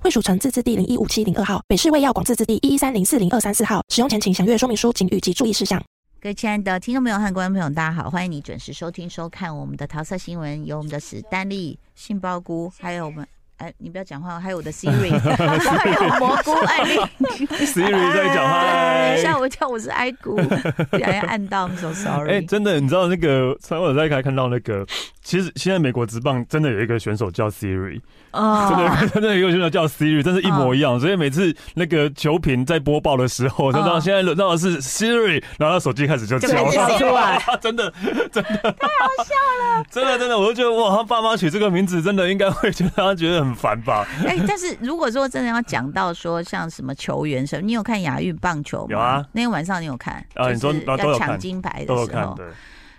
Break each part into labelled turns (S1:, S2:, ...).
S1: 惠蜀城自治地零一五七零二号，北市卫药广自治地一一三零四零二三四号。使用前请详阅说明书请及注意事项。
S2: 各位亲爱的听众朋友和观众朋友，大家好，欢迎你准时收听收看我们的桃色新闻，有我们的史丹利、杏鲍菇，还有我们。哎，你不要讲话哦，还有我的 Siri，还有蘑菇艾丽
S3: Siri 在讲嗨
S2: 对哎吓我一跳，我是艾菇，不小心按到，I'm so
S3: 哎、
S2: sorry。
S3: 真的，你知道那个，上我在才看到那个，其实现在美国职棒真的有一个选手叫 Siri，、真
S2: 哦，
S3: 的 真的有一个选手叫 Siri，真是一模一样。所以每次那个球评在播报的时候，他说
S2: 嗯
S3: 现在轮到的是 Siri，然后他手机开始就
S2: 就
S3: 叫
S2: 开始
S3: 了，
S2: 叫出来
S3: 真的真的太好笑了，真的真的，我就觉得哇，他爸妈取这个名字真的应该会觉得他觉得很烦吧？
S2: 哎，但是如果说真的要讲到说像什么球员什么，你有看亚运棒球吗？
S3: 有啊
S2: 那天晚上你有看？
S3: 啊你
S2: 就
S3: 说
S2: 是哦
S3: 啊都
S2: 要
S3: 有看
S2: 抢金牌的
S3: 都有
S2: 时
S3: 看
S2: 候，
S3: 对，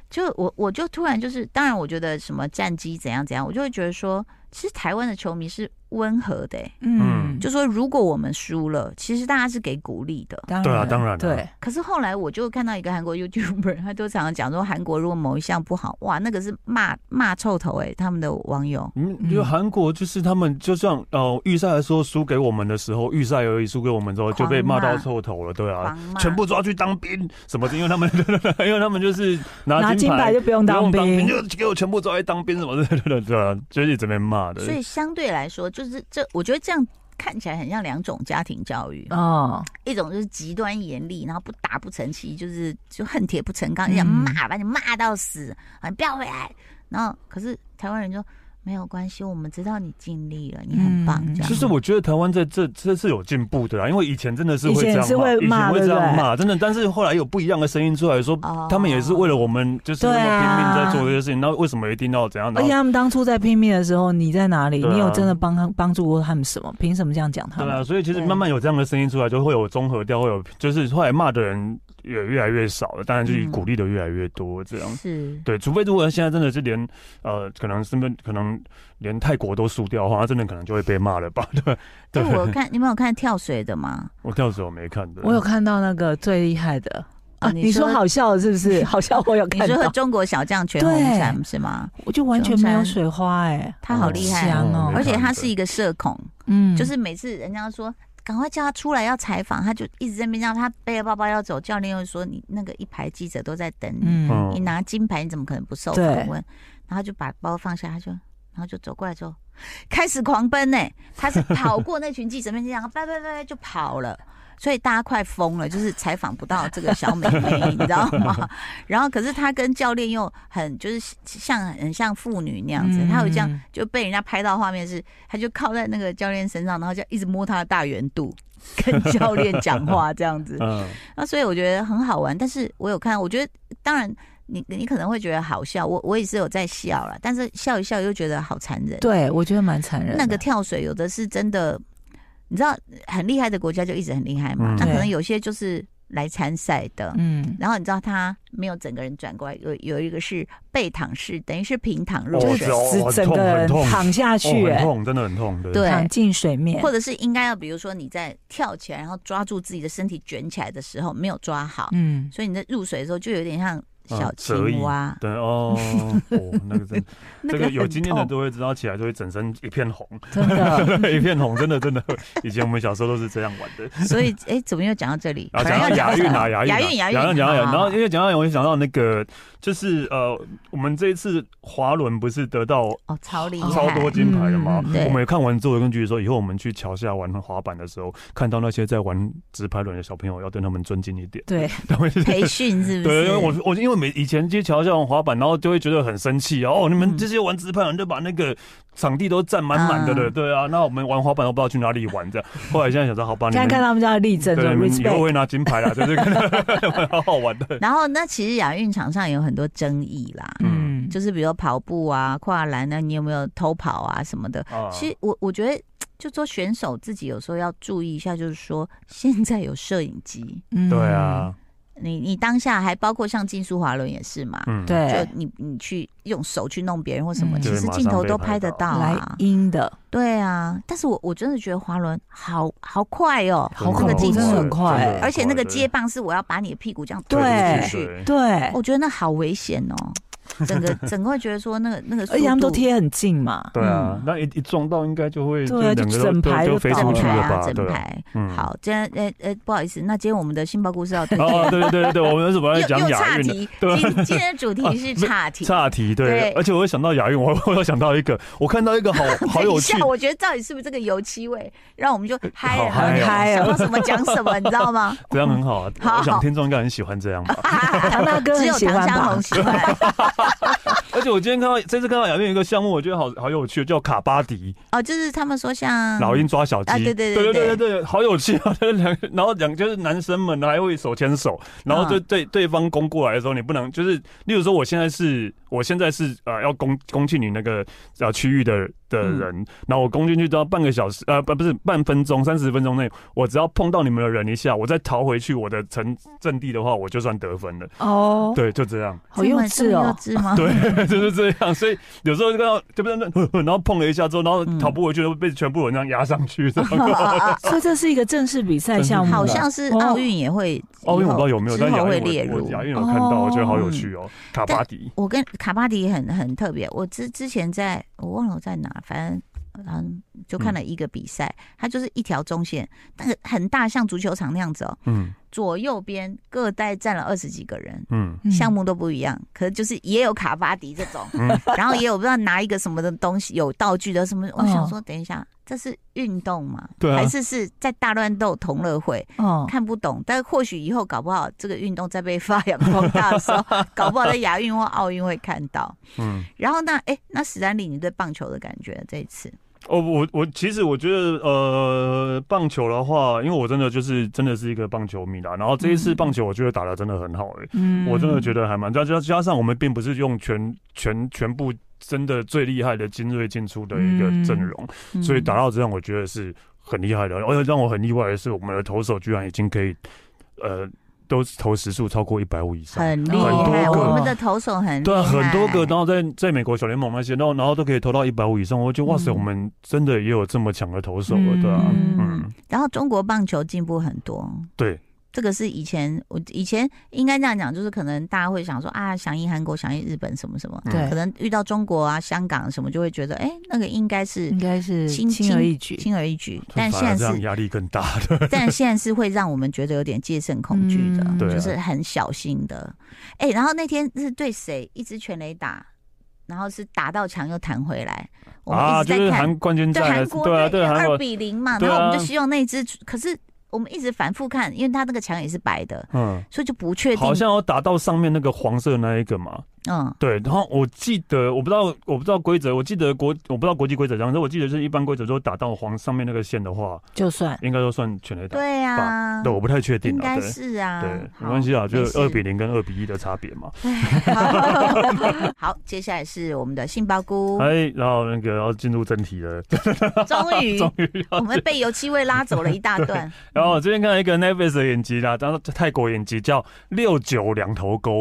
S2: 就我我就突然就是，当然我觉得什么战绩怎样怎样，我就会觉得说，其实台湾的球迷是温和的、欸，
S3: 嗯
S2: 就说如果我们输了，其实大家是给鼓励的。
S4: 当
S3: 对啊当然啊
S4: 对，
S2: 可是后来我就看到一个韩国 YouTuber，他就常常讲说，韩国如果某一项不好，哇，那个是骂骂臭头哎、欸他们的网友。
S3: 嗯，就韩国就是他们，就像哦预赛的时候输给我们的时候，预赛而已输给我们之后就被骂
S2: 狂
S3: 到
S2: 骂
S3: 臭头了，对啊
S2: 狂骂，
S3: 全部抓去当兵什么的，因 为他们因为他们就是拿
S4: 拿啊金牌就不用
S3: 不用当
S4: 当
S3: 兵，
S4: 兵。
S3: 就给我全部抓去当兵什么 的，对对对啊，就是这边骂的。
S2: 所以相对来说，就是这，我觉得这样看起来很像两种家庭教育，
S4: 哦，
S2: 一种就是极端严厉，然后不打不成器，就是就恨铁不成钢，
S4: 嗯
S2: 一想骂把你骂到死，啊，你不要回来。然后可是台湾人就没有关系，我们知道你尽力了，你很棒，
S4: 嗯
S2: 这样。
S3: 其实我觉得台湾在这这是有进步的啦，因为以前真的是会这样
S4: 以前是会骂
S3: 以前会这
S4: 对
S3: 样
S4: 不对
S3: 骂，真的。但是后来有不一样的声音出来说
S2: 哦，
S3: 他们也是为了我们就是那么
S4: 对啊
S3: 拼命在做这些事情，那为什么一定要怎样？
S4: 而
S3: 然
S4: 且
S3: 后
S4: 他们当初在拼命的时候，你在哪里？
S3: 对啊
S4: 你有真的帮他帮助过他们什么？凭什么这样讲他
S3: 对啊，
S4: 们？
S3: 所以其实
S2: 对
S3: 慢慢有这样的声音出来，就会有综合掉，会有就是后来骂的人也越来越少了，当然就
S2: 嗯
S3: 鼓励的越来越多这样。
S2: 是
S3: 对，除非如果现在真的是连呃，可能身份可能连泰国都输掉的话，他真的可能就会被骂了吧？ 对，对
S2: 但我看你们有看跳水的吗？
S3: 我跳水我没看的，
S4: 我有看到那个最厉害的啊，
S2: 哦你
S4: 你说
S2: 说
S4: 好笑的是 不是？好笑，我有
S2: 你
S4: 看
S2: 说
S4: 到，
S2: 中国小将全红婵是吗？
S4: 我就完全没有水花哎，
S2: 他好厉害
S4: 好
S2: 哦，
S4: 香哦
S3: 嗯
S2: 而且他是一个社恐，
S4: 嗯，
S2: 就是每次人家说。赶快叫他出来要采访，他就一直在那边让他背着包包要走。教练又说：“你那个一排记者都在等你，
S4: 嗯，
S2: 你拿金牌，你怎么可能不受访
S4: 对
S2: 问？然后就把包放下，他就然后就走过来之后，开始狂奔呢、他是跑过那群记者面前，然后拜拜拜拜就跑了。所以大家快疯了，就是采访不到这个小美眉， 你知道吗？然后可是他跟教练又很就是像很像妇女那
S4: 这
S2: 样子，他有这
S4: 嗯
S2: 样就被人家拍到画面是，他就靠在那个教练身上，然后就一直摸他的大圆肚，跟教练讲话这样子。
S3: 嗯，
S2: 那所以我觉得很好玩，但是我有看，我觉得当然你你可能会觉得好笑，我我也是有在笑啦，但是笑一笑又觉得好残忍。
S4: 对我觉得蛮残忍的。
S2: 那个跳水有的是真的，你知道很厉害的国家就一直很厉害嘛，
S3: 嗯
S2: 那可能
S4: 对
S2: 有些就是来参赛的。
S4: 嗯，
S2: 然后你知道他没有整个人转过来，有有一个是背躺式，等于是平躺入
S3: 哦
S4: 就
S3: 我
S4: 是
S2: 水，
S3: 知道哦
S4: 只
S3: 很
S4: 整个
S3: 痛很
S4: 人
S3: 痛
S4: 躺下
S3: 哦
S4: 去
S3: 很
S4: 哎，
S3: 痛，真的很痛，对。
S2: 欸对
S4: 躺进水面
S2: 或，者是应该要比如说你在跳起来，然后抓住自己的身体卷起来的时候没有抓好，
S4: 嗯，
S2: 所以你在入水的时候就有点像小
S3: 嗯折
S2: 青
S3: 翼
S2: 蛙，
S3: 对哦，哦，那个真，
S2: 那
S3: 这
S2: 个
S3: 个有
S2: 很
S3: 经验的
S2: 痛
S3: 都会知道，起来就会整身一片红，
S4: 真的，
S3: 一片红，真的真的，以前我们小时候都是这样玩的。
S2: 所以，哎，怎么又讲到这里？
S3: 啊，
S2: 本来
S3: 讲到
S2: 要
S3: 亚
S2: 什
S3: 运
S2: 么
S3: 啊，亚运啊，
S2: 亚运，亚运，哦
S3: 讲到亚运，
S2: 好
S3: 然后因为讲到亚运，我就想到那个，就是呃，我们这一次滑轮不是得到
S2: 哦，超厉害，
S3: 超多金牌的吗
S4: 嗯？
S2: 对
S3: 我们也看完之后，根据说以后我们去桥下玩滑板的时候，看到那些在玩直排轮的小朋友，要对他们尊敬一点。
S4: 对，
S3: 他们是
S2: 培 训是不是？
S3: 对，因为我我因为每以前去桥下玩滑板，然后就会觉得很生气哦，你们这些玩直排轮就把那个场地都占满满的了，
S2: 嗯
S3: 对啊，那我们玩滑板都不知道去哪里玩这样。后来现在想说，好吧，你
S4: 现在
S3: 们
S4: 看到他们家的例证，
S3: 对，你们以后
S4: respect，
S3: 会拿金牌 啦，就是 好好玩的。
S2: 然后那其实亚运场上有很多争议啦，
S3: 嗯，
S4: 嗯，
S2: 就是比如跑步啊、跨栏啊，你有没有偷跑啊什么的？
S3: 啊
S2: 其实我我觉得，就做选手自己有时候要注意一下，就是说现在有摄影机，
S4: 嗯
S3: 对，啊，
S2: 你你当下还包括像金舒华伦也是嘛，
S3: 嗯，，
S4: 对
S2: 就，你你去用手去弄别人或什么，
S4: 嗯
S2: 其实镜头都拍得到
S4: 来
S2: 啊。
S4: 阴的，
S2: 对啊，但是我我真的觉得华伦好好快哦，
S4: 好
S2: 那
S4: 恐
S2: 个
S4: 怖
S2: 技术
S4: 真，的很快
S3: 真的
S2: 而且那个接棒是我要把你的屁股这样推
S4: 对
S3: 对
S2: 出去，
S3: 对
S4: 对，
S2: 我觉得那好危险哦。整个整个会觉得说那个那个速
S4: 而且哎他们都
S2: 度，
S4: 贴很近嘛，
S3: 对啊，那一一撞到应该就会
S4: 嗯对啊
S3: 两
S4: 就
S3: 个
S4: 整
S3: 都
S4: 排
S3: 都就
S4: 都
S3: 飞出去
S2: 排
S3: 了
S2: 啊
S3: 吧？
S2: 整
S3: 对啊，
S2: 排。
S3: 嗯，
S2: 好，今天呃呃不好意思，那今天我们的星巴故事要推荐
S3: 哦，对对对对，我们怎么 来
S2: 又
S3: 讲
S2: 又
S3: 亚
S2: 岔
S3: 运的？
S2: 题，
S3: 对啊
S2: 今今天的 主题是岔题。
S3: 岔题对
S2: 对，
S3: 而且我又想到亚运，我 我又想到一个，我看到一个好好有趣
S2: 等
S3: 哎
S2: 一下，我觉得到底是不是这个油漆味，让我们就嗨了，
S3: 好嗨
S4: 哦
S2: 想到什么讲什么，你知道 吗？
S3: 这样很好啊，
S2: 好
S3: 我想听众应该很喜 欢这样吧。
S4: 唐大哥
S2: 只
S4: 很
S2: 有
S4: 喜
S2: 唐
S4: 欢
S2: 湘
S4: 吧
S2: 龙？喜欢
S3: 而且我今天看到这次看到亚运有一个项目，我觉得好好有趣，叫卡巴迪，
S2: 哦，就是他们说像
S3: 老鹰抓小鸡。
S2: 啊对对对
S3: 对对
S2: 对
S3: 对对好有趣啊！就是两，然后两就是男生们还会手牵手，然后对对对方攻过来的时候，你不能就是，例如说我现在是我现在是呃要攻攻进你那个呃区域的的人，然后我攻进去只要半个小时呃不不是半分钟三十分钟内，我只要碰到你们的人一下，我再逃回去我的城阵地的话，我就算得分了。
S4: 哦，
S3: 对，就这样。
S4: 好幼稚哦，
S2: 这么幼稚吗？
S3: 对，就是这样。所以有时候就看到就不然那然后碰了一下之后，然后跑步回去，都被全部人这样压上去。这样
S4: 所以这是一个正式比赛项目，
S2: 好像是
S4: 哦
S2: 奥运也会，
S3: 嗯奥运我不知道有没有，
S2: 之
S3: 但
S2: 后
S3: 亚
S2: 会
S3: 运
S2: 列
S3: 我
S2: 入
S3: 我。亚运有看到，
S4: 哦
S3: 我觉得好有趣哦。卡巴迪，
S2: 我跟卡巴迪很很特别，我之之前在我忘了我在哪，反正。然后就看了一个比赛，它就是一条中线，那个很大，像足球场那样子哦，
S3: 嗯
S2: 左右边各带站了二十几个人，
S3: 嗯
S4: 嗯
S2: 项目都不一样，可是就是也有卡巴迪这种，
S3: 嗯，
S2: 然后也有不知道拿一个什么的东西，有道具的什么。我
S4: 嗯
S2: 想说，等一下，这是运动吗？
S3: 哦对啊
S2: 还是是在大乱斗同乐会？
S4: 哦，
S2: 看不懂，但或许以后搞不好这个运动再被发扬光大的时 候，搞不好在亚运或奥运会看到。
S3: 嗯，
S2: 然后那哎，那史丹利，你对棒球的感觉这一次？
S3: 哦，我我其实我觉得呃，棒球的话，因为我真的就是真的是一个棒球迷啦。然后这
S2: 嗯
S3: 一次棒球，我觉得打的真的很好诶、
S4: 嗯
S3: 我真的觉得还蛮加加加上我们并不是用全全全部真的最厉害的精锐进出的一个阵容，
S2: 嗯
S3: 所以打到这样，我觉得是很厉害的。而且让我很意外的是，我们的投手居然已经可以，呃，都是投时速超过一百五以上。
S2: 很厉
S3: 很
S2: 害，
S3: 多个
S2: 我们的投手很
S3: 对啊，
S2: 厉害
S3: 很多个，然后在在美国小联盟那些，然后然后都可以投到一百五以上，我觉得哇塞，
S4: 嗯
S3: 我们真的也有这么强的投手了，对啊，
S4: 嗯
S3: 嗯，
S2: 然后中国棒球进步很多，
S3: 对，
S2: 这个是以前我以前应该这样讲，就是可能大家会想说啊，响应韩国，响应日本什么什么，
S4: 对
S2: 可能遇到中国啊、香港什么，就会觉得哎、那个应该是
S3: 嗯
S4: 应该是
S2: 轻
S4: 轻而易举，
S2: 轻而易举，但
S3: 但
S2: 现
S3: 这
S2: 在
S3: 样
S2: 是
S3: 压力更大 的，
S2: 但现在是会让我们觉得有点戒慎恐惧的，
S4: 嗯
S3: 对啊
S2: 就是很小心的。哎、然后那天是对谁一支全垒打，然后是打到墙又弹回来，我们
S3: 啊，
S2: 一
S3: 就
S2: 直在
S3: 是
S2: 看。
S3: 韩冠军
S2: 对
S3: 战
S2: 韩
S3: 的，
S2: 国
S3: 对啊，对韩
S2: 二
S3: 国，
S2: 比零嘛，
S3: 对
S2: 然后我们
S3: 啊
S2: 就希望那一支，可是我们一直反复看，因为他那个墙也是白的，
S3: 嗯，
S2: 所以就不确定。
S3: 好像有打到上面那个黄色那一个嘛，
S2: 嗯，
S3: 对，然后我记得，我不知道，我不知道规则，我记得国，我不知道国际规则这样，但我记得是一般规则，如果打到黄上面那个线的话，
S4: 就算
S3: 应该都算全垒打。
S2: 对啊，
S3: 对，我不太确定
S2: 应
S3: 啊，
S2: 该
S3: 对。
S2: 是啊，
S3: 对，
S2: 好
S3: 没关系啊，就
S2: 没
S3: 是
S2: 事
S3: 二比零跟二比一的差别嘛。
S2: 好好，接下来是我们的杏鲍菇，
S3: 哎，然后那个要进入正题了，
S2: 终于
S3: 终于
S2: 我
S3: 要。
S2: 们被油漆味拉走了一大段。
S3: 然后我之前看到一个 Netflix 的影集啦，当时泰国影集叫《六九两头沟》，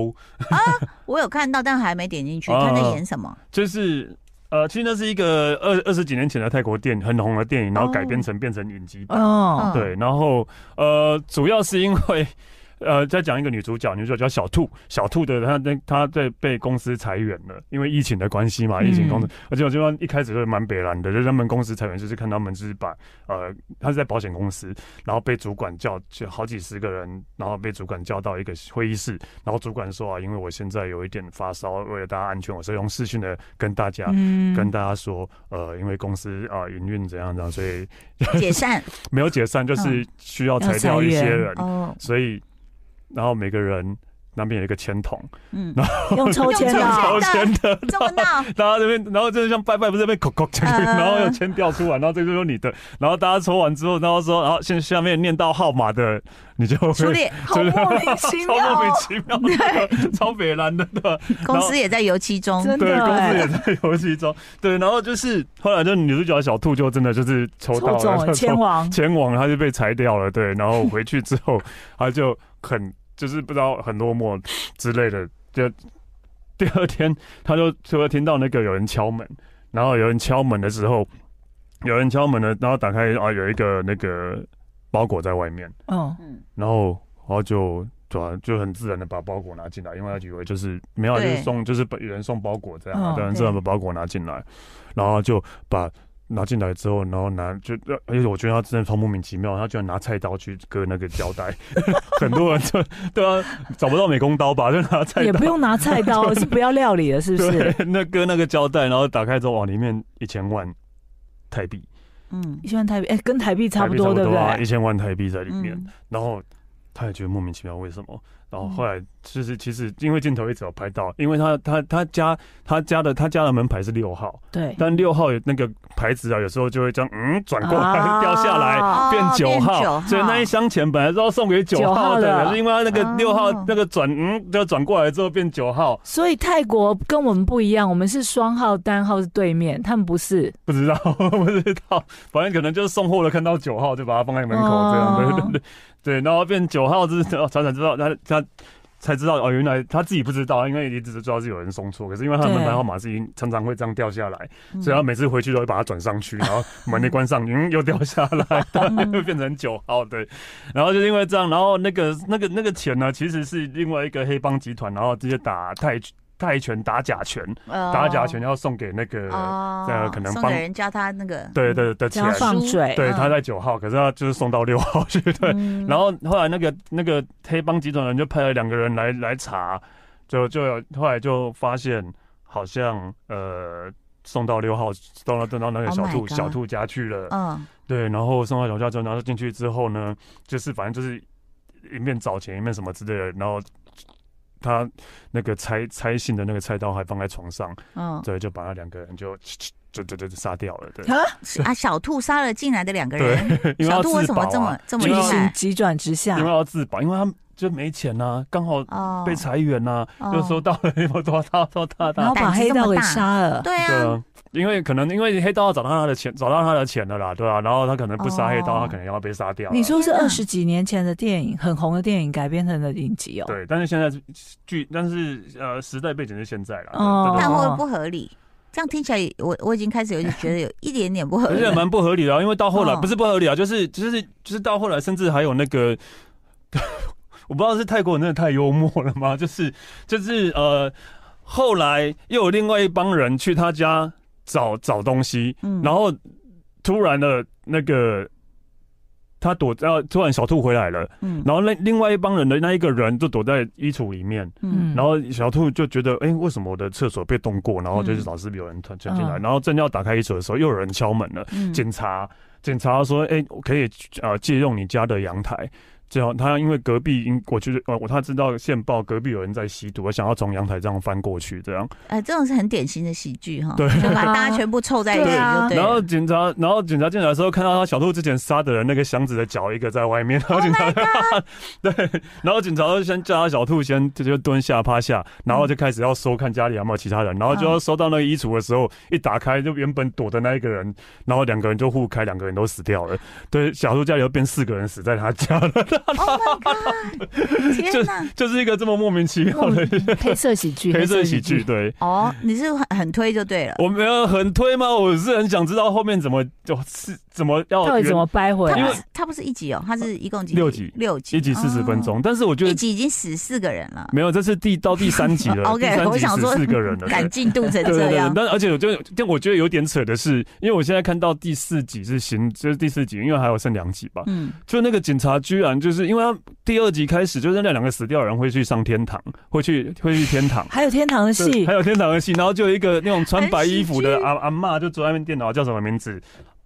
S2: 我有看到，但还没点进去，
S3: 哦
S2: 他在演什么？
S3: 就是呃，其实那是一个二二十几年前的泰国电很红的电影，然后改编成变成影集
S2: 嗯
S3: 版。
S4: 哦，
S3: 对，然后呃，主要是因为呃，在讲一个女主角，女主角叫小兔，小兔的她那她在被公司裁员了，因为疫情的关系嘛，疫情公司，而且我这边一开始就蛮北蓝的，就是他们公司裁员，就是看他们就是把呃，她是在保险公司，然后被主管叫就好几十个人，然后被主管叫到一个会议室，然后主管说啊，因为我现在有一点发烧，为了大家安全，我是用视讯的跟大家。
S4: 嗯
S3: 跟大家说，呃，因为公司啊、营运怎样怎样，所以
S2: 解散
S3: 没
S4: 嗯
S3: 有解散，就是需要裁掉一些人，
S2: 哦，
S3: 所以然后每个人那边有一个签筒，
S2: 嗯，
S4: 用抽签啊
S2: 用
S4: 的
S2: 抽。
S3: 抽签的，
S2: 这么闹，
S3: 大家这边，然后这边像拜拜，不是被口口讲，
S2: 嗯
S3: 然后要签掉出来，然后这个就是你的，然后大家抽完之后，然后说，然后现下面念到号码的，你就会
S2: 苏烈
S3: 就
S4: 好
S3: 是
S4: 莫名 其
S3: 超莫
S4: 妙
S3: 名
S4: 哦，
S3: 其妙的，超北蓝的，
S2: 公司也在油漆中，
S4: 真
S3: 对，
S4: 的
S3: 公司也
S4: 哎，
S3: 在游戏中，对，然后就是后来就女主角小兔就真的就是 抽到
S4: 抽中
S3: 了
S4: 了千哎王，
S3: 前往他就被裁掉了，对，然后回去之后他就很就是不知道很落寞之类的，就第二天他就就会听到那个有人敲门，然后有人敲门的时候，有人敲门了，然后打开啊有一个那个包裹在外面，
S4: 嗯，
S2: 嗯，
S3: 然后然后就。对啊，就很自然的把包裹拿进来，因为他以为就是没有啊就
S2: 对
S3: 是送，就是有人送包裹这样啊，
S4: 嗯
S3: 当然自然把包裹拿进来，然后就把拿进来之后，然后拿就，呃而且我觉得他真的超莫名其妙，他居然拿菜刀去割那个胶 带，很多人就对啊，找不到美工刀吧，就拿菜
S4: 也
S3: 刀
S4: 不，用拿菜刀，是不要料理了，是不 是？
S3: 对，那割那个胶带，然后打开之后，哇，里面一千万台币，
S2: 嗯，
S4: 一千万台币，哎，跟台币差不多，
S3: 台币
S4: 对不
S3: 啊，一
S4: 对？
S3: 千万台币在里面，
S2: 嗯，
S3: 然后他也觉得莫名其妙为什么，然后后来就是其实因为镜头一直有拍到，因为他他他家他家的他家的门牌是六号，
S4: 对，
S3: 但六号有那个牌子啊，有时候就会这样嗯转过来、
S4: 啊
S3: 掉下来。
S2: 哦
S3: 变九
S2: 变
S3: 号
S2: 九，
S3: 所以那一箱钱本来是要送给九号啊
S4: 九
S3: 的，
S4: 号的
S3: 可是因为他那个
S2: 哦
S3: 六号那个转，嗯，就转过来之后变九号，
S4: 所以泰国跟我们不一样，我们是双号、单号是对面，他们不是。
S3: 不知道 不知道，反正可能就是送货的看到九号就把它放在门口这样，
S4: 哦
S3: 对对对对，然后变九号之后，才才知道他他。才知道哦，原来他自己不知道，因为一直知道是有人送错，可是因为他的门牌
S4: 对
S3: 号码是已经常常会这样掉下来，
S2: 嗯
S3: 所以他每次回去都会把它转上去，然后门一关上，嗯，又掉下来，然后又变成九号，对。然后就是因为这样，然后那个那个那个钱呢，其实是另外一个黑帮集团，然后直接打泰泰拳打假拳，打假拳要送给那个、
S2: 哦
S3: 呃可能
S2: 送
S3: 帮
S2: 给人教他那个，
S3: 对对的钱
S4: 加，放水，
S3: 对，
S2: 嗯
S3: 他在九号，可是他就是送到六号去，对。
S2: 嗯
S3: 然后后来那个那个黑帮集团人就派了两个人来来查，就就有后来就发现好像呃送到六号，送到送到那个
S2: Oh
S3: 小
S2: my
S3: 兔、
S2: God
S3: 小兔家去了，
S2: 嗯，
S3: 对，然后送到小兔家之后，然后进去之后呢，就是反正就是一面找钱一面什么之类的，然后。他那个拆拆信的那个菜刀还放在床上，
S2: 嗯，
S3: 对，就把那两个人就就就就就杀掉了，对，
S2: 啊，小兔杀了进来的两个
S3: 对
S2: 人，
S3: 因为
S2: 小
S3: 要
S2: 兔为
S3: 自
S2: 什
S3: 保
S2: 么
S3: 啊，
S2: 这么这么
S3: 因
S2: 厉
S4: 剧
S3: 为要
S4: 情
S2: 害？啊
S4: 急转直下
S3: 因为，要自保，因为他们就没钱呐、刚好
S2: 哦
S3: 被裁员啊呐、
S2: 哦
S3: 又收到了又多大多大
S4: 然后
S3: 大，
S4: 把黑道给杀了。
S2: 对
S3: 对
S2: 啊，
S3: 啊，因为可能因为黑道找到他的钱，找到他的钱了啦，对啊，然后他可能不杀黑道，
S2: 哦
S3: 他可能要被杀掉啊。
S4: 你说是
S2: 天哪
S4: 二十几年前的电影，很红的电影改编成的影集哦。
S3: 对，但是现在剧，但是呃，时代背景是现在啦，
S4: 哦
S3: 对
S2: 但
S3: 对
S2: 会
S3: 对
S2: 不会不合理？这样听起来，我我已经开始有点觉得有一点点不合
S3: 而
S2: 理
S3: 且
S2: 了。
S3: 蛮不合理的、啊，因为到后来
S2: 哦
S3: 不是不合理啊，就是就是就是到后来，甚至还有那个，我不知道是泰国人真的太幽默了吗？ 就是就是呃，后来又有另外一帮人去他家找找东西，
S2: 嗯
S3: 然后突然的那个他躲在、啊突然小兔回来了，
S2: 嗯
S3: 然后那另外一帮人的那一个人就躲在衣橱里面，
S2: 嗯
S3: 然后小兔就觉得，哎、为什么我的厕所被动过？然后就是
S2: 嗯
S3: 老是有人突然进来，
S4: 嗯
S3: 然后正要打开衣橱的时候，又有人敲门了。
S2: 嗯
S3: 警察，警察说，哎、我可以呃借用你家的阳台。这样，他因为隔壁，因我觉得呃，我他知道线报隔壁有人在吸毒，我想要从阳台这样翻过去，这样。
S2: 哎，这种是很典型的喜剧哈，
S3: 对
S2: 就把大家全部凑在一 起
S4: 对
S2: 就
S4: 啊
S2: 对
S3: 然后
S2: 了。
S3: 警察，然后警察进来的时候，看到他小兔之前杀的人那个箱子的脚一个在外面，
S4: Oh
S3: 然后警察、 对，然后警察就先叫他小兔先就就蹲下趴下，然后就开始要搜看家里有没有其他人，然后就要搜到那个衣橱的时候，一打开就原本躲的那一个人，然后两个人就互开，两个人都死掉了。对，小兔家里又变四个人死在他家了，
S2: Oh my god！天哪！
S3: 就是一个这么莫名其妙的
S4: 黑色喜剧，
S3: 黑色喜剧。，对，
S2: 哦，你是很很推就对了。
S3: 我没有很推吗？我是很想知道后面怎么就是怎么要
S4: 到底怎么掰回
S2: 它
S3: 因
S2: 不
S3: 为
S4: 来？。
S2: 是它不是一集哦，它是一共几
S3: 六集
S2: 六集，
S3: 一集四十分钟，但是我觉
S2: 哦，
S3: 得
S2: 一集已经死四个人了。
S3: 没有，这是第到第三集了，第
S2: OK，
S3: 三
S2: 我
S3: 集
S2: 想说
S3: 十四个人了。
S2: 赶
S3: 对
S2: 进度成
S3: 对对
S2: 这
S3: 对
S2: 样，，
S3: 但而且我就但我觉得有点扯的是，因为我现在看到第四集是行，就是第四集，因为还有剩两集吧，
S2: 嗯，
S3: 就那个警察居然就是因为他第二集开始，就是那两个死掉的人会去上天堂，会去会去天堂
S4: 还有天堂的
S3: 对
S4: 戏
S3: 还，有天堂的戏，然后就有一个那种穿白衣服
S4: 很
S3: 的
S4: 喜剧
S3: 阿阿嬷就坐在那边电脑，叫什么名字？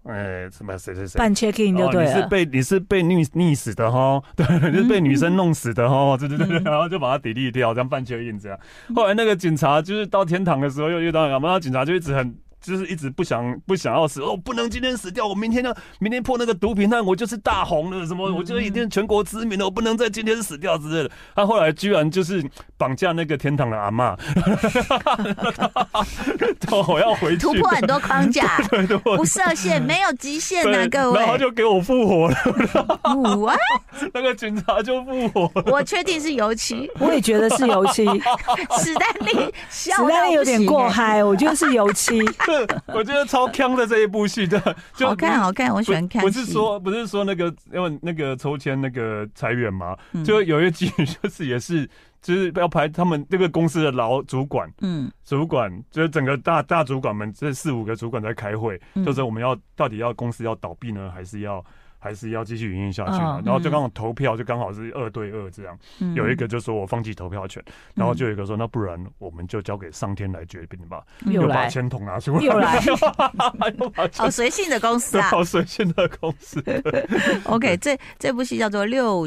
S3: 哎，什么谁谁谁
S4: 办 check in 就
S3: 哦，
S4: 对
S3: 你是
S4: 了。
S3: 被你是被溺溺死的哈， 对，
S2: 嗯
S3: 你是被女生弄死的 哈，对对对，然后就把他 delete 掉，这样半缺印这样。
S2: 嗯
S3: 后来那个警察就是到天堂的时候又遇到了，然后警察就一直很。就是一直不想不想要死哦，不能今天死掉，我明天要明天破那个毒品案，我就是大红了，什
S2: 嗯
S3: 么我就是一定全国知名了，我不能在今天死掉之类的。他后来居然就是绑架那个天堂的阿嬷， 我要回去
S2: 突破很多框架，
S3: 对对
S2: 不设限，没有极限呐、
S3: 对，
S2: 各
S3: 然后
S2: 位。
S3: 就给我复活了。
S2: 哇，
S3: 那个警察就复活了。
S2: 我确定是油 漆，
S4: 我也觉得是油 漆，史
S2: 史丹利笑到
S4: 丹利有点
S2: 不行
S4: 过
S2: 欸，
S4: 嗨，我觉得是油漆。
S3: 我觉得超强的这一部戏的，就
S2: 好看好看，我喜欢看戏。
S3: 不是说不是说那个因为那个抽签那个裁员嘛，
S2: 嗯
S3: 就有一集就是也是就是要排他们那个公司的老主管，
S2: 嗯
S3: 主管就是整个大大主管们这四五个主管在开会，
S2: 嗯
S3: 就是我们要到底要公司要倒闭呢，还是要还是要继续营运下去呢？
S4: 嗯
S3: 然后就刚好投票就刚好是二对二这样。
S2: 哦嗯
S3: 有一个就说我放弃投票权，然后就有一个说那不然我们就交给上天来决定吧，
S2: 嗯
S4: 又
S3: 又
S4: 来
S3: 把钱筒拿出来，
S4: 又来
S3: 又把钱
S2: 哦，随性的公司
S3: 对，
S2: 啊。
S3: 好水性的公司
S2: OK，这这部戏叫做《六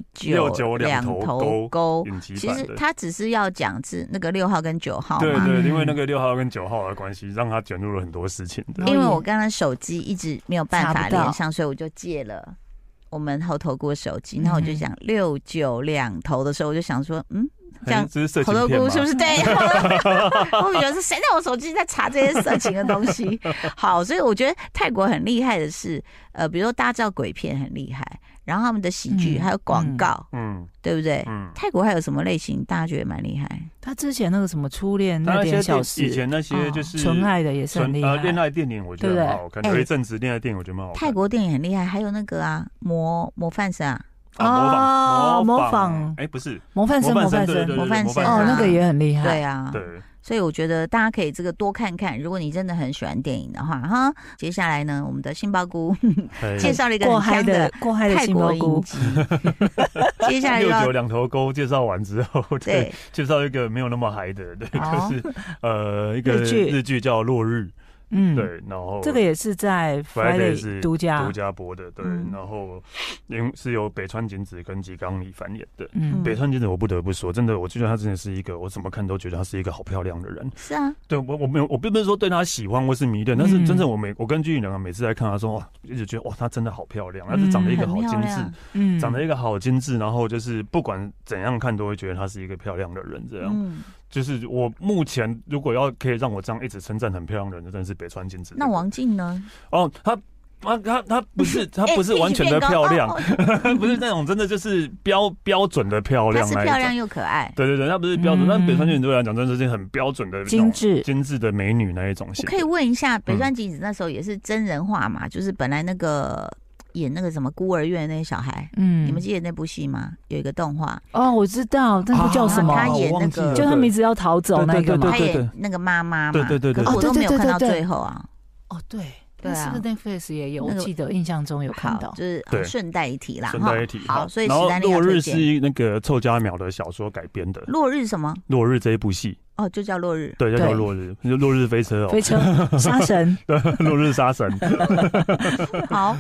S2: 九
S3: 六九两头
S2: 头
S3: 勾
S4: 哦
S2: 钩》，
S3: 影集
S2: 其
S3: 版
S2: 实
S3: 的。
S2: 他只是要讲是那个六号跟九号
S3: 对
S2: 嘛。
S3: 对，因为那个六号跟九号的关系，让他卷入了很多事情的。
S2: 因为我刚刚手机一直没有办
S4: 哦查
S2: 法
S4: 不到
S2: 连上，所以我就借了我们猴头菇的手机。然后我就
S4: 嗯
S2: 想六九两头的时候，我就想说，嗯，这样
S3: 嗯这是色
S2: 猴
S3: 情
S2: 头
S3: 片
S2: 菇
S3: 吗？
S2: 是不是对？ 我觉得是谁在我手机在查这些色情的东西？好，所以我觉得泰国很厉害的是，呃，比如说大家知道鬼片很厉害，然后他们的喜剧
S4: 嗯
S2: 还有广
S4: 嗯
S2: 告，
S3: 嗯
S2: 对不对？
S3: 嗯，
S2: 泰国还有什么类型大家觉得蛮厉害？
S4: 他之前那个什么初恋
S3: 他
S4: 那
S3: 那些
S4: 点
S3: 电
S4: 小
S3: 以
S4: 事，
S3: 前那些
S2: 哦
S3: 就是
S4: 纯爱的也是很
S3: 纯
S4: 厉
S3: 呃
S4: 害。
S3: 恋爱电影，我觉
S4: 对不
S3: 得
S4: 对
S3: 蛮好看。
S2: 哎
S3: 有一阵子恋爱电影，我觉得蛮好看。
S2: 泰国电影很厉害，还有那个啊，模模范生啊，
S3: 啊
S4: 哦
S3: 模仿
S4: 模仿
S3: 哎不是
S4: 模范生，
S3: 模
S4: 模
S3: 范
S4: 范
S3: 生
S4: 生，
S3: 对
S2: 模范生
S4: 哦，那个也很厉害。
S2: 对啊，
S3: 对
S2: 所以我觉得大家可以这个多看看，如果你真的很喜欢电影的话，哈。接下来呢，我们的杏鲍菇
S3: 哎
S2: 介绍了一个
S4: 过
S2: 很
S4: 嗨
S2: 香的
S4: 的过嗨的
S2: 泰
S4: 杏
S2: 国
S4: 鲍
S2: 影
S4: 菇，
S2: 集， 接下来又
S3: 六九
S2: 要
S3: 两头沟介绍完之后，对，
S2: 对
S3: 介绍一个没有那么嗨的，对，
S2: 哦
S3: 就是呃一个
S4: 日剧
S3: 日剧叫《落日》，
S4: 嗯，
S3: 对，然后
S4: 这个也是在
S3: Friday 是
S4: Friday 独家
S3: 独，家播的，对
S2: 嗯，
S3: 然后因是由北川景子跟吉冈里帆演的。
S4: 嗯
S3: 北川景子，我不得不说，真的，我觉得她真的是一个，我怎么看都觉得她是一个好漂亮的人。
S4: 嗯
S2: 是啊，
S3: 对我，我没有，我并不是说对她喜欢或是迷恋，但是
S4: 嗯
S3: 真正我每我跟居宇良啊，每次在看她说，哇，一直觉得哇，她真的好漂亮，她是长得一个
S2: 很
S3: 好
S2: 漂
S3: 精致，哦
S2: 亮，
S4: 嗯
S3: 长得一个好精致，然后就是不管怎样看都会觉得她是一个漂亮的人，这样。
S2: 嗯，
S3: 就是我目前如果要可以让我这样一直称赞很漂亮的人，真的是北川景子。
S2: 那王静呢？
S3: 哦，她她她她 不是她
S2: 哎
S3: 不是
S2: 一起
S3: 完全的
S2: 变高
S3: 漂亮
S2: 哦，
S3: 她不是那种真的就是标标准的漂
S2: 她
S3: 亮
S2: 是
S3: 那
S2: 漂
S3: 一
S2: 亮
S3: 种。
S2: 又可爱。
S3: 对对对，她不是标准，
S4: 嗯
S3: 但北川景子对我来讲真的是很标准的那种
S4: 精致，
S3: 精致的美女那一种
S2: 我
S3: 型。
S2: 可以问一
S3: 嗯
S2: 下，北川景子那时候也是真人化嘛？就是本来那个演那个什么孤儿院那个小孩，
S4: 嗯
S2: 你们记得那部戏吗？有一个动画，
S4: 哦，我知道，那部叫什么？
S2: 啊他演
S3: 我忘记
S2: 那个
S3: 了
S4: 就他们一直要逃走那
S3: 对
S4: 个嘛
S2: 她。
S3: 对
S2: 演那个妈妈嘛，
S3: 对对对对
S2: 可是我
S4: 哦对
S2: 都没有
S4: 对对
S2: 看到
S4: 对对
S2: 最后啊。
S4: 哦，对，
S2: 对啊
S4: 那是不是 Netflix 也有？我
S2: 那个
S4: 记得印象中有看到
S2: 好，就是
S3: 对
S2: 好顺带一提啦，
S3: 顺带一提
S2: 哈好，所以
S3: 然
S2: 史
S3: 后
S2: 丹利要
S3: 落
S2: 推
S3: 日
S2: 荐《
S3: 是那个凑佳苗的小说改编的，《
S2: 落日》什么？
S3: 落日》这一部戏，
S2: 哦，就叫《落 日
S3: 对，叫叫《
S4: 对
S3: 落日》，就《落日飞车》哦
S4: 飞， 车杀神，
S3: 《落日杀神》。》。
S2: 好，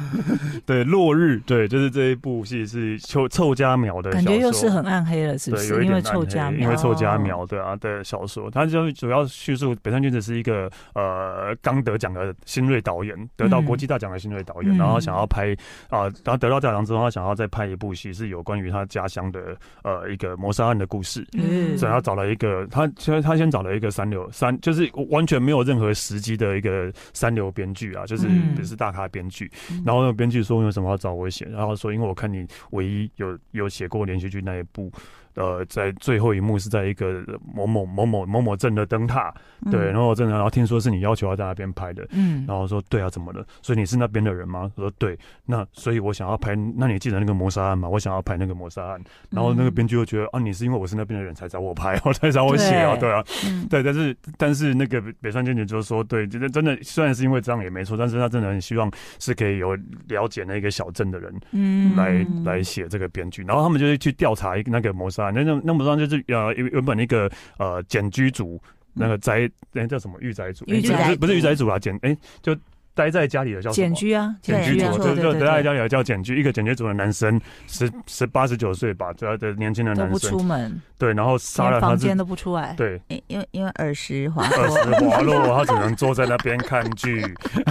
S3: 对，《落日》对，就是这一部戏是臭臭家苗的小
S4: 感
S3: 说，
S4: 觉又是很暗黑了，是不
S3: 对，
S4: 是
S3: 有？一
S4: 因
S3: 点
S4: 为
S3: 暗
S4: 臭家
S3: 黑
S4: 苗，哦
S3: 因为臭家苗对啊的小说，它就主要叙述北山君子是一个呃刚得奖的新锐导演，得到
S4: 嗯
S3: 国际大奖的新锐导演，
S4: 嗯
S3: 然后想要拍啊、然后得到大奖之后，他想要再拍一部戏，是有关于他家乡的呃一个谋杀案的故事。
S4: 嗯
S3: 所以他找了一个，他其实他先找了一个三流三，就是完全没有任何时机的一个三流编剧啊，就是
S4: 嗯
S3: 也是大咖编剧。然后那个编剧说为什么要找我写，然后说因为我看你唯一有有写过连续剧那一部，呃，在最后一幕是在一个某某某某某某镇的灯塔，对，然
S2: 后
S3: 后镇的，然后听说是你要求要在那边拍的，
S4: 嗯
S3: 然后说对啊，怎么了？所以你是那边的人吗？我说对，那所以我想要拍，那你记得那个谋杀案吗？我想要拍那个谋杀案。然后那个编剧又觉得、啊，你是因为我是那边的人才找我拍，我才找我写啊，
S4: 对
S3: 对啊，
S2: 嗯
S3: 对。但是但是那个北川坚决就说，对，真的真的虽然是因为这样也没错，但是他真的很希望是可以有了解那个小镇的人
S4: 嗯
S3: 来、
S2: 嗯
S3: 来写这个编剧，然后他们就是去调查一个那个谋杀案，那那那谋杀案就是呃原原本一个呃简居族。那个宅，那、叫什么御宅族？
S4: 嗯
S3: 诶
S4: 御宅
S3: 不是
S2: 族
S3: 不是御宅族啦，简哎、就待在家里的叫什
S4: 检
S3: 么？
S4: 居啊，
S3: 检
S2: 对
S3: 举
S4: 居
S2: 没
S4: 啊，
S3: 组，
S2: 错
S3: 就
S4: 对
S3: 就
S4: 对
S3: 待在
S4: 对，
S3: 家里的叫检举。一个检举组的男生，十十八十九岁吧，这的年轻的
S4: 都
S3: 男
S4: 不
S3: 生
S4: 出，门，
S3: 对，然后杀了
S4: 连
S3: 他
S4: 房
S3: 自己
S4: 间，都不出来。
S3: 对，
S2: 因因为因为耳石滑
S3: 二
S2: 脱，
S3: 十滑落，他只能坐在那边看剧，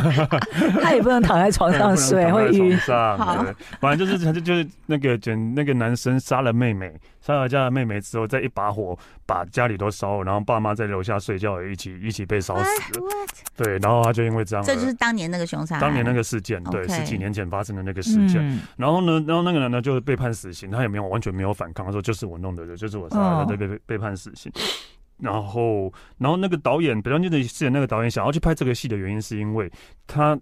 S4: 他也不能躺在床上睡，
S3: 嗯不
S4: 会
S3: 能躺在
S4: 晕。
S3: 床
S2: 好
S3: 上，对，反正就是他就就是那个检那个男生杀了妹妹，杀了家的妹妹之后，再一把火把家里都烧了，然后爸妈在楼下睡觉，也一起一起被烧
S2: 哎
S3: 死了。
S2: what？
S3: 对，然后他就因为这样，
S2: 这就是当年那个凶杀案，
S3: 当年那个事件，对，
S2: OK
S3: 十几年前发生的那个事件。
S4: 嗯，
S3: 然后呢，然后那个男的就是被判死刑，他也没有完全没有反抗，他说就是我弄的，就是我杀的，
S4: 哦
S3: 对，被被被判死刑。然后，然后那个导演，北川俊的饰演那个导演想要去拍这个戏的原因，是因为他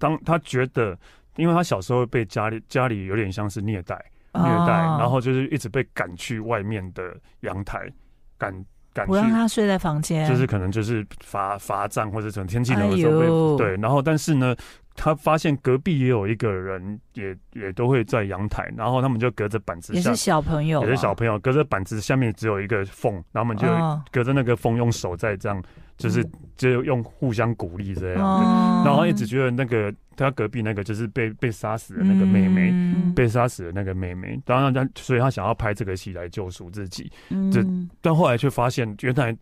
S3: 当他觉得，因为他小时候被家里家里有点像是虐待虐待，
S4: 哦
S3: 然后就是一直被赶去外面的阳台，赶赶
S4: 不让
S3: 去。
S4: 他睡在房间，
S3: 就是可能就是罚罚站或者什么天气冷
S4: 哎
S3: 的时候被
S4: 呦
S3: 对，然后但是呢，他发现隔壁也有一个人也也都会在阳台，然后他们就隔着板子
S4: 也
S3: 下
S4: 是，小朋友啊，
S3: 也是小朋友隔着板子下面只有一个缝，然后我们就
S4: 哦嗯
S3: 隔着那个缝用手在这样，就是就用互相鼓励这样。
S4: 哦
S3: 然后一直觉得那个他隔壁那个就是被被杀死的那个妹妹，
S4: 嗯
S3: 被杀死的那个妹妹，然后他所以他想要拍这个戏来救赎自己，这
S2: 嗯，
S3: 但后来却发现原来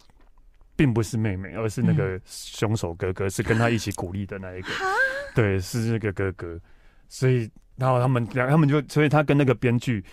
S3: 并不是妹妹，而是那
S4: 嗯
S3: 个凶手哥哥，是跟他一起鼓励的那一个，对，是那个哥哥，所以然后他们两他们就，所以他跟那个编剧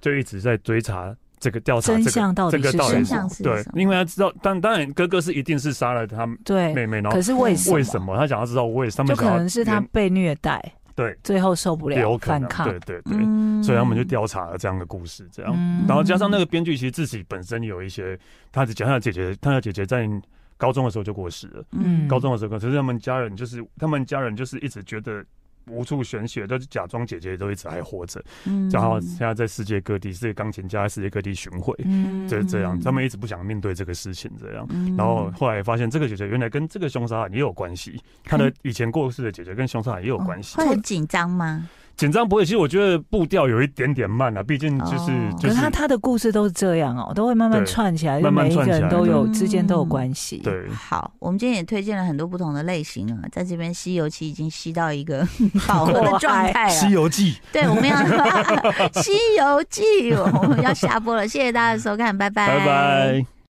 S3: 就一直在追查。这个调查
S4: 真
S3: 啊这个
S4: 相到底
S3: 这个
S4: 是
S3: 到底
S2: 真
S3: 是
S2: 相是
S3: 对
S2: 什，么
S3: 因为他知道，当当然哥哥是一定是杀了他
S4: 对，
S3: 妹妹，然后
S4: 哎可是为什么？
S3: 为什么他想要知道为他们
S4: 就
S3: 想
S4: 可
S3: 要
S4: 能是他
S3: 原
S4: 被虐待，
S3: 对
S4: 最后受不了
S3: 有可
S4: 反
S3: 能
S4: 抗，
S3: 对对对，
S2: 嗯
S3: 所以他们就调查了这样的故事，这样。
S4: 嗯
S3: 然后加上那个编剧，其实自己本身有一些，他的他的姐姐，他的姐姐在高中的时候就过世了，
S4: 嗯
S3: 高中的时候过世，可是他们家人就是他们家人就是一直觉得无处宣泄，就是假装姐姐都一直还活着，
S2: 嗯
S3: 然后现在在世界各地，是钢琴家在世界各地巡回，
S4: 嗯
S3: 就是 这样，
S2: 嗯
S3: 他们一直不想面对这个事情，这样。
S2: 嗯
S3: 然后后来发现，这个姐姐原来跟这个凶杀案也有关系，她的
S4: 嗯
S3: 以前过世的姐姐跟凶杀案也有关系。
S2: 会很紧张吗？
S3: 紧张不会，其实我觉得步调有一点点慢了、毕竟就是、
S2: 哦
S3: 就是
S4: 可是他他的故事都是这样哦，都会慢慢
S3: 对
S4: 串起来，
S3: 慢慢
S4: 每一个
S3: 串起来
S4: 人都有
S2: 对
S4: 之间都有关系。，
S3: 对。
S2: 好，我们今天也推荐了很多不同的类型啊，在这边吸油漆已经吸到一个 饱和的状态了。
S3: 西游记》
S2: 对，我们要 《西游记》，我们要下播了，谢谢大家的收看，拜拜，
S3: 拜拜。